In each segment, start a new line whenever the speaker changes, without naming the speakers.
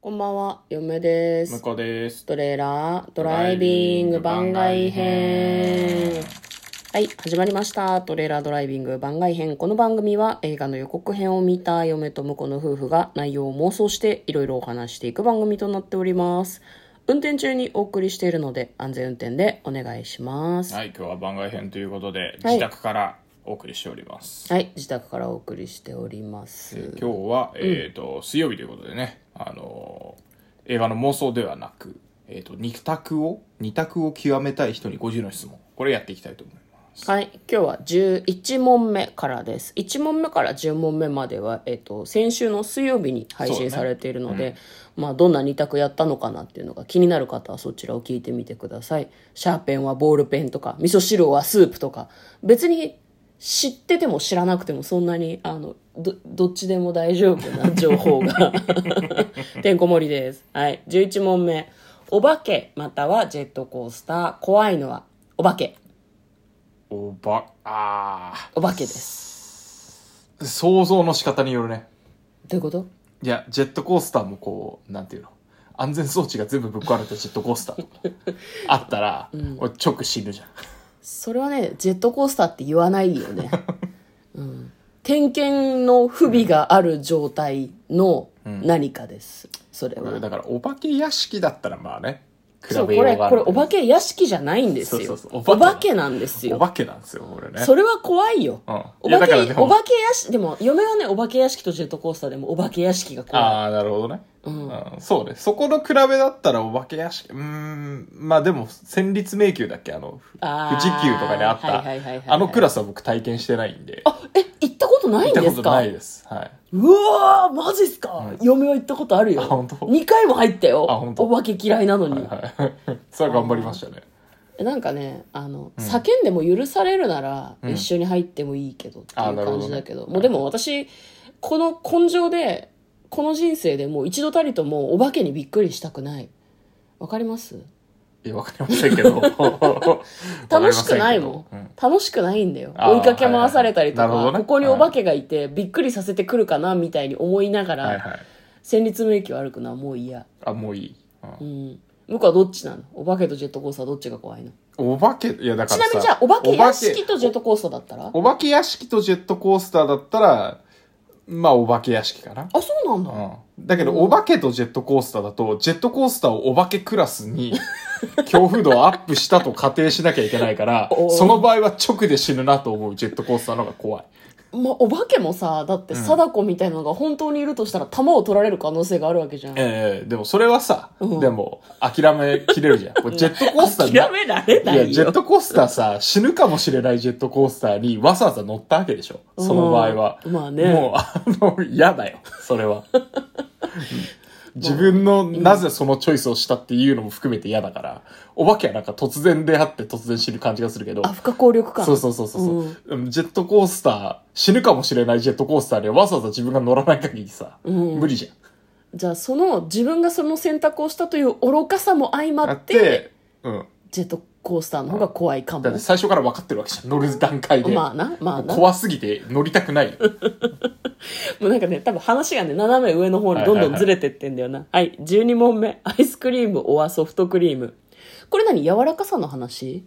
こんばんは、嫁で
向
す。
こうです。
トレーラードライビング番外編。はい、始まりました。トレーラードライビング番外編。この番組は映画の予告編を見た嫁と婿の夫婦が内容を妄想していろいろお話していく番組となっております。運転中にお送りしているので安全運転でお願いします。
はい、今日は番外編ということで、
はい
自宅からお送りしております。
はい、自宅からお送りしております。
えー今日は、えっ、と、水曜日ということでね、あのー映画の妄想ではなく、えっ、と、二択を、二択を極めたい人に50の質問。これやっていきたいと思います。
はい、今日は11問目からです。1問目から10問目までは、えっと、先週の水曜日に配
そう
信
だね
されているので、まあ、どんな2択やったのかなっていうのが気になる方はそちらを聞いてみてください。シャーペンはボールペンとか、味噌汁はスープとか、別に知ってても知らなくてもそんなに、あの、ど、どっちでも大丈夫な情報が。 てんこ盛りです。はい、11問目。お化けまたはジェットコースター、怖いのはお化け、
おば、あ
お化けです。
ー想像の仕方によるね。
どういうこと
いや、ジェットコースターもこう、なんていうの安全装置が全部ぶっ壊れたジェットコースターとか あったら、俺直死ぬじゃん。
それはねジェットコースターって言わないよ ね、うん、点検の不備がある状態の何かです、それ
これ
は
だからお化け屋敷だったらまあね比
そう
べ
こ
ようが
れ
あ
こ
る
れお化け屋敷じゃないんですよ
そうそう
お
そうお
化
化け
けなんです
お
よ
化けなんですよこれね
それは怖いよ、
うん
お
いや
化
だ
け
からでも
お化け屋敷でも嫁はねお化け屋敷とジェットコースターでもお化け屋敷が怖い
ああなるほどね、
うん
うんそうねそこの比べだったらお化け屋敷うーんまあでも戦慄迷宮だっけあの
あー
富士急とかにあっ
はいはいはいはいはい
たあのクラスは僕体験してないんで
あえ行ったことない
行
ん
った
で
こ
す
と
か
ないですはいう
わーマジっすか、
うん
嫁は行ったことあるよ
あ本当
2回も入ったよ
あ本当
お化け嫌いなのに、
はい はいそれは頑張りましたね
なんかねあの、叫んでも許されるなら一緒に入ってもいいけどってい
あ
う
なるほど
感
ね
じだけど,、もうでも私この根性でこの人生でもう一度たりともお化けにびっくりしたくないわかります
いやわかりませんけど
楽しくないもん、
うん
楽しくないんだよ
あ
追
ー
いかけ回されたりとか、
はいはいなるほどね
ここにお化けがいてびっくりさせてくるかなみたいに思いながら、
はいはい
戦慄迷宮歩くのはもう嫌
あもういい、うん
うん向こうはどっちなのお化けとジェットコースターどっちが怖いの
お化けいやだか
ち
ら
な
さ
みにじゃあお化け屋敷とジェットコースターだったら
お化け屋敷とジェットコースターだったら、まあお化け屋敷かな。
あそうなんだ、
うん。だけど、お化けとジェットコースターだと、ジェットコースターをお化けクラス に、恐怖度をアップしたと仮定しなきゃいけないから
お、ー
その場合は直で死ぬなと思うジェットコースターの方が怖い。
まあ、お化けもさだって貞子みたいなのが本当にいるとしたら弾を取られる可能性があるわけじゃん、
ええでもそれはさ、
うん
でも、諦めきれるじゃん。これジェットコースターな
諦められないいよ
や、ジェットコースターさ、死ぬかもしれないジェットコースターにわざわざ乗ったわけでしょ。その場合は。
うんまあね
もう、あの、嫌だよ、それ は。うん自分のなぜそのチョイスをしたっていうのも含めて嫌だから、お化けはなんか突然出会って突然死ぬ感じがするけど、
あ不可抗力感
そうそうそうそう、うんジェットコースター、死ぬかもしれないジェットコースターでわざわざ自分が乗らない限りさ、
うん
無理じゃん。
じゃあその自分がその選択をしたという愚かさも相ま
あ
っ
ってて、うん。
ジェットコースターの方が怖いかも
だって最初から分かってるわけじゃん、乗る段階で。
まあなまあな
もう怖すぎて乗りた くないよ。
もうなんかね多分話がね斜め上の方にどんどんずれてってんだよなはい,、12問目アイスクリームオアソフトクリームこれ何柔らかさの話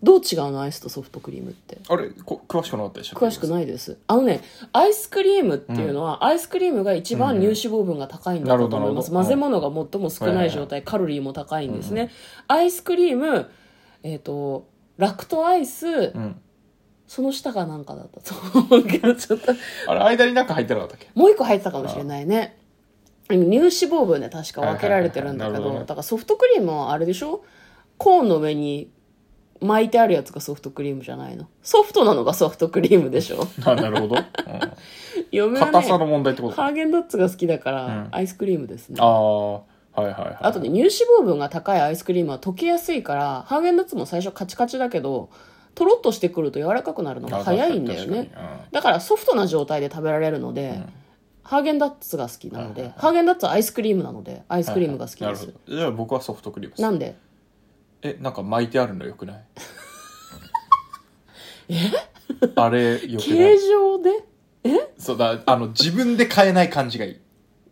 どう違うのアイスとソフトクリームって
あれこ詳しくなかったでしょ
詳しくないですあのねアイスクリームっていうのは、アイスクリームが一番乳脂肪分が高いんだと
なる
思い
ほどな
ま
る
す、
ほど
混ぜ物が最も少ない状態、
はい
カロリーも高いんですね、アイスクリームえっ、とラクトアイス、
うん。
その下がなんかだったと思うけどちょっと
あれ、間になんか入ってなかっ たっけ
もう一個入ってたかもしれないね乳脂肪分で確か分けられてるんだけど,、
はいはいはいはいなるほどね
だからソフトクリームはあれでしょコーンの上に巻いてあるやつがソフトクリームじゃないのソフトなのがソフトクリームでしょ
あなるほど。うん
嫁は
硬さの
ね
問題ってこと
ハ
あ
ーゲンダッツが好きだから、
うん
アイスクリームですね
あー、はいはいはい。
あとね、乳脂肪分が高いアイスクリームは溶けやすいからハーゲンダッツも最初カチカチだけどとろっとしてくると柔らかくなるの
あ、
が早いんだよね
確かに。
だからソフトな状態で食べられるので、
ん
ハーゲンダッツが好きなので、
はいはいはい
ハーゲンダッツはアイスクリームなのでアイ
ア
スクリームが好きです、
なるほど。じゃあ僕はソフトクリームです
なんで
え、なんか巻いてあるのよくない えあれ、よくな
形
い。
状で
そうだ、あの、自分で買えない感じがいい。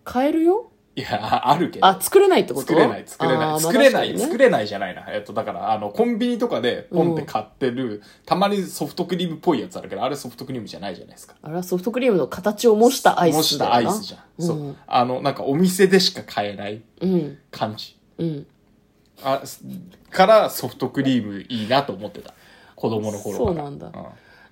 買えるよ
いや、あるけど。
あ、作れないってこと
作れない、作れ
あーま
な
あ
い、作れな
確
い、
かにね
作れないじゃないな。えっと、だから、あの、コンビニとかでポンって買ってる、たまにソフトクリームっぽいやつあるけど、あれソフトクリームじゃないじゃないですか。
あれはソフトクリームの形を模したアイ
模
ス
し
だ
た
よな。
アイスじゃん。そう。あの、なんかお店でしか買えない
うん。
感じ。
うん。
あ、すからソフトクリームいいなと思ってた。子供の頃から。
そうなんだ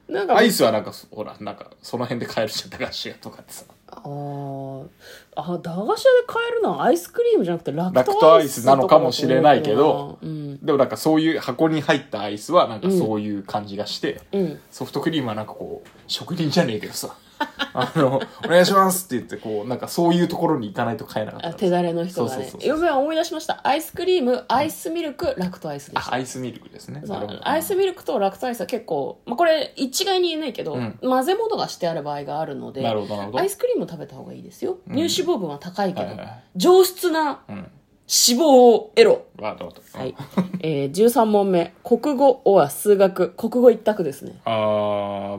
なん
うん
か、
アイスはなんか、ほら、なんか、その辺で買えるじゃん、駄菓子屋とかってさ。
あーあ、駄菓子屋で買えるのはアイスクリームじゃなくてラク
ラク
ト
ト
ア
ア
イ
イ
ス
ス
とだ
なの
と
か
思
も
って
し
たな
れないけど
うん。
でもなんかそういう箱に入ったアイスは、なんかそういう感じがして、
うん。
ソフトクリームはなんかこう、職人じゃねえけどさ。 あの、お願いしますって言って、こう、なんかそういうところに行かないと買えなかった
あ
の。
手だれの人が
そう
ね
そうそう。そう
嫁は思い出しました。アイスクリーム、アイスミルク、ラクトアイスでし
あ、
た
ア。イスミルクですね。
そ
なるほ
う
ど
アイスミルクとラクトアイスは結構、まあ、これ一概に言えないけど、
うん
混ぜ物がしてある場合があるので
なるほど、なるほど
アイ。スクリームを食べた方がいいですよ、
ん
乳脂肪分は高いけど、
はいはいはい
上質な
うん。
脂肪を得ろ
わかったわかった。
は
うん
い。えー、13問目。国語は数学。国語一択ですね。
あ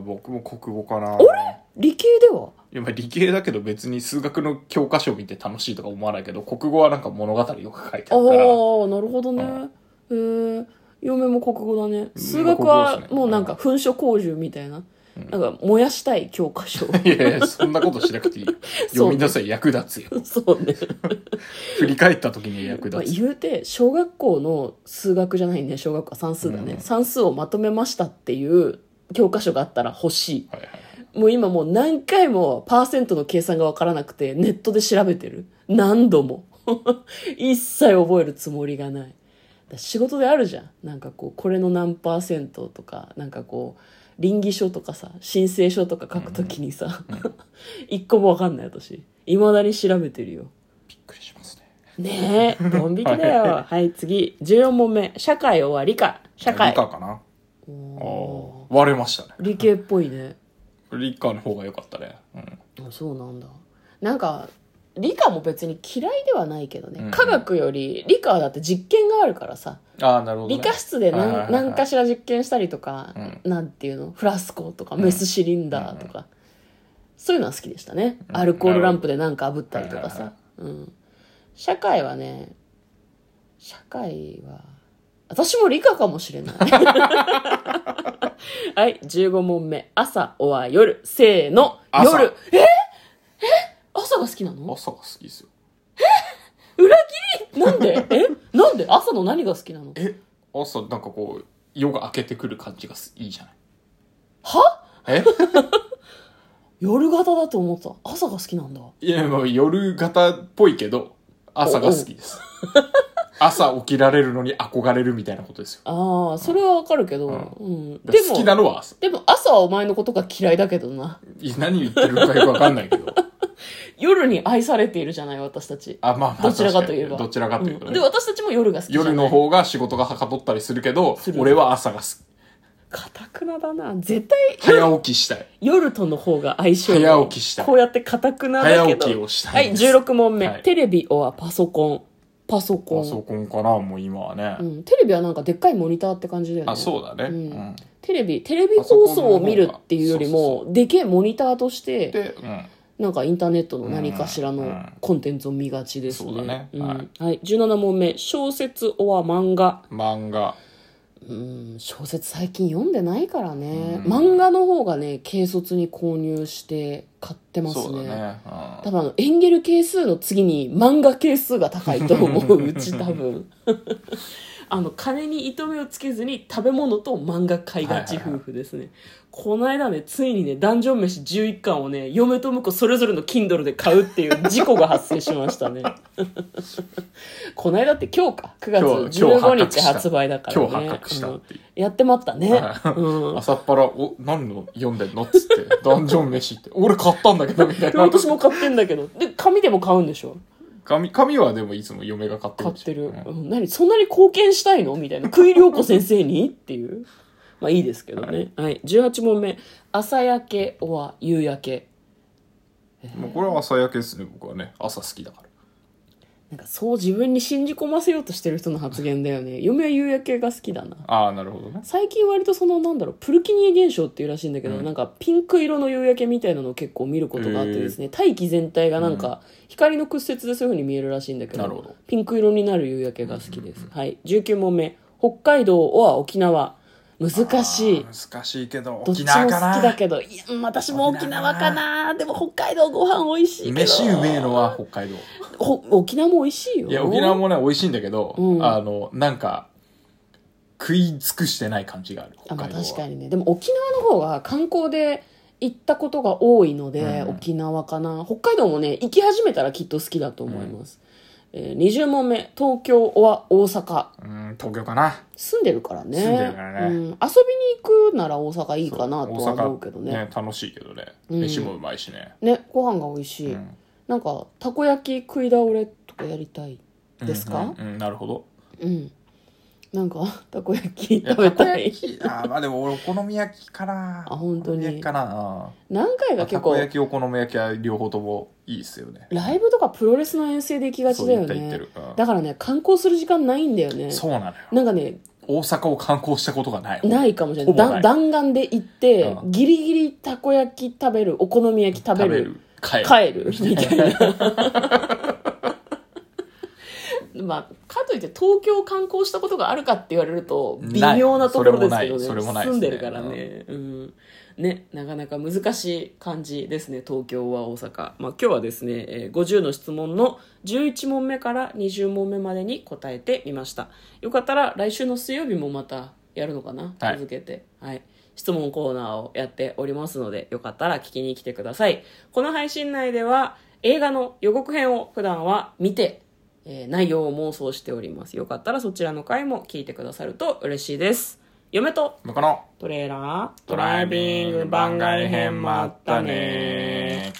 ー、僕も国語かな。あ
理系ではい
や、まあ理系だけど別に数学の教科書を見て楽しいとか思わないけど、国語はなんか物語よく書いて
あ
あ
あ
るから。
ー、なるほどね。へー嫁も国語だね。数学
国語
は
ですね
もうなんか噴書工獣みたいな。なんか燃やしたい教科 書。
いやいや、そんなことし なくていいよ。読み出せ役立つよ。
そうね。
振り返った時に役
まあ、
立つ。
言うて、小学校の数学じゃないね。小学校は算数だね。
うん
算数をまとめましたっていう教科書があったら欲し
はいはいはい。
い。もう今もう何回もパーセントの計算がわからなくてネットで調べてる。何度も。 一切覚えるつもりがない。だから仕事であるじゃん。なんかこう、これの何パーセントとか、なんかこう、倫理書とかさ、申請書とか書くときにさ、一個もわかんない私。未だに調べてるよ。
びっくりしますね。
ねえ、ドン引きだよ。はい、次。14問目。社会終わりか。社会。
理科かな
おー
あー割れましたね。
理系っぽいね。
理科の方が良かったね。うん。
あそうなんだ。なんか、理科も別に嫌いではないけどね。
うん
科学より、理科はだって実験があるからさ。
ああ、なるほど、ね。
理科室で
はいはいは
何
い
何かしら実験したりとか、
う
なんていうのフラスコとかメスシリンダーとか、そういうのは好きでしたね、
ん
アルコールランプで何か炙ったりとか
はい
さ、うん、社会はね社会は私も理科かもしれ ないはい15問目朝おは夜せーの
朝
夜ええ朝が好きなの
朝が好きですよ。
なんでえなんで朝の何が好きなの
え朝なんかこう、夜が明けてくる感じがすいいじゃ
は
ないえ
夜型だと思ってた朝が好きなんだ
いや、もう夜型っぽいけど、朝が好きです。朝起きられるのに憧れるみたいなことですよ。
ああ、それはわかるけど、う。
うんだ
で
から好きな
も、
のは朝。
でも朝はお前のことが嫌いだけどな。
い何言ってるのかよくわかんない けど。
夜に愛されているじゃない、私たち。
あ、まあまあ。
どちらかといえば。
確にどちらかというと
うん
ね
で、。私たちも夜が好きじゃない。
夜の。方が仕事がはかどったりするけど
す、る
俺は朝がす
かたくなだな。絶対
早起きしたい。
夜との方が相性が
早起きしたい
こうやってかたくなだ
早
け
起
ど。
きをした
はいい、
んです。
16問目。
はい
テレビはパソコン。パソコン。
パソコンかな、もう今はね。
うん、テレビはなんかでっかいモニターって感じだよね。
あ、そうだね。
う
うんん。
テレビ、テレビ放送を見るっていうより
パソコンの
も、でけえモニターとして、
で、うん。
なんかインターネットの何かしら
う
の
ん
コンテンツを見がちですね。
そうだね
ん
はい
はい。17問目、小説おは漫画。
漫画。
うん、小説最近読んでないからね。
うん
漫画の方がね、軽率に購入して買ってますね。
そうだね。
多分あの、エンゲル係数の次に漫画係数が高いと思う、うち多分。 あの、金に糸目をつけずに食べ物と漫画買いがち夫婦ですね。この間ね、ついにね、ダンジョン飯11巻をね、嫁と婿それぞれの Kindle で買うっていう事故が発生しましたね。 この間って今日か。9月
今日
15
今日発覚
日
した
発売だから
今
ね。
日発覚したっていう。
うんやってまったね。うん
朝っぱら、お、何の読んでんのっつ って、ダンジョン飯って、俺買ったんだけど、みたい
で
な。
私も買ってんだけど。で、紙でも買うんでしょ
紙、紙はでもいつも嫁が買って
買
る
っ
じ
て
ゃん。
る。
う
う
ん
ん、何そんなに貢献したいのみたいな。食い良子先生にっていう。 まあいいですけどね。はい。18問目。朝焼けは夕焼け。
もうこれは朝焼けですね、僕はね。朝好きだから。
なんかそう自分に信じ込ませようとしてる人の発言だよ ね。嫁は夕焼けが好きだな。
ああ、なるほどね。
最近割とそのなんだろう、プルキニエ現象っていうらしいんだけど、
うん
なんかピンク色の夕焼けみたいなのを結構見ることがあってですね、大気全体がなんか光の屈折でそういう風に見えるらしいんだけど、
なるほど
ピンク色になる夕焼けが好きです。はい。19問目。北海道、オア、沖縄。難しい
あ。ー難しいけど、
どっち
沖
も好
縄
き
かな。
だけど、いや、私も沖縄かな。でも北海道ご飯美味しいけど。
飯うめえのは北海道。
ほ沖縄も美味しいよ。
いや、沖縄もね、美味しいんだけど、
うん
あの、なんか、食い尽くしてない感じがある。
あ
北
まあ
海道は。
確かにねでも沖縄の方が観光で行ったことが多いので、
うん
沖縄かな北海道もね行き始めたらきっと好きだと思います、えー20問目東京は大阪
うん、東京かな。
住んでるからね
住んでるから
う
ね
ん、遊びに行くなら大阪いいかなとは思うけど
大阪
ね
楽しいけどね。
うん
飯もうまいしね。
ねご飯が美味し
う
い、
ん
なんかたこ焼き食い倒れとかやりたいですか
うんうんうん、なるほど。
うん、なんか たこ焼き
や
食べた
焼
い
き、あーまあでも俺お好み焼きかな。
あ本当に
お好み焼きかな。
何回
うん
か
た
結
こ
構
焼き、お好み焼きは両方ともいいっすよね。
ライブとかプロレスの遠征で行きがちだよ
そう言
ね
ってる言ってるうん
だからね観光する時間ないんだよね
そうなのよ。
なんかね
大阪を観光したことがない。
ないかもしれな
ほ
い
ぼ
だ弾丸で行って、
うん
ギリギリたこ焼き食べるお好み焼き食べる
帰る。
帰るみたいなまあかといって東京を観光したことがあるかって言われると微妙なところですけどね
ないそれもないそれもない
住んでるからね、うん、ねなかなか難しい感じですね東京は大阪、まあ、今日はですね、えー50の質問の11問目から20問目までに答えてみましたよかったら来週の水曜日もまたやるのかな
はい
続けてはい質問コーナーをやっておりますのでよかったら聞きに来てくださいこの配信内では映画の予告編を普段は見て、えー内容を妄想しておりますよかったらそちらの回も聞いてくださると嬉しいです嫁と
向こうの
トレーラード
ドライビング番外編もあったね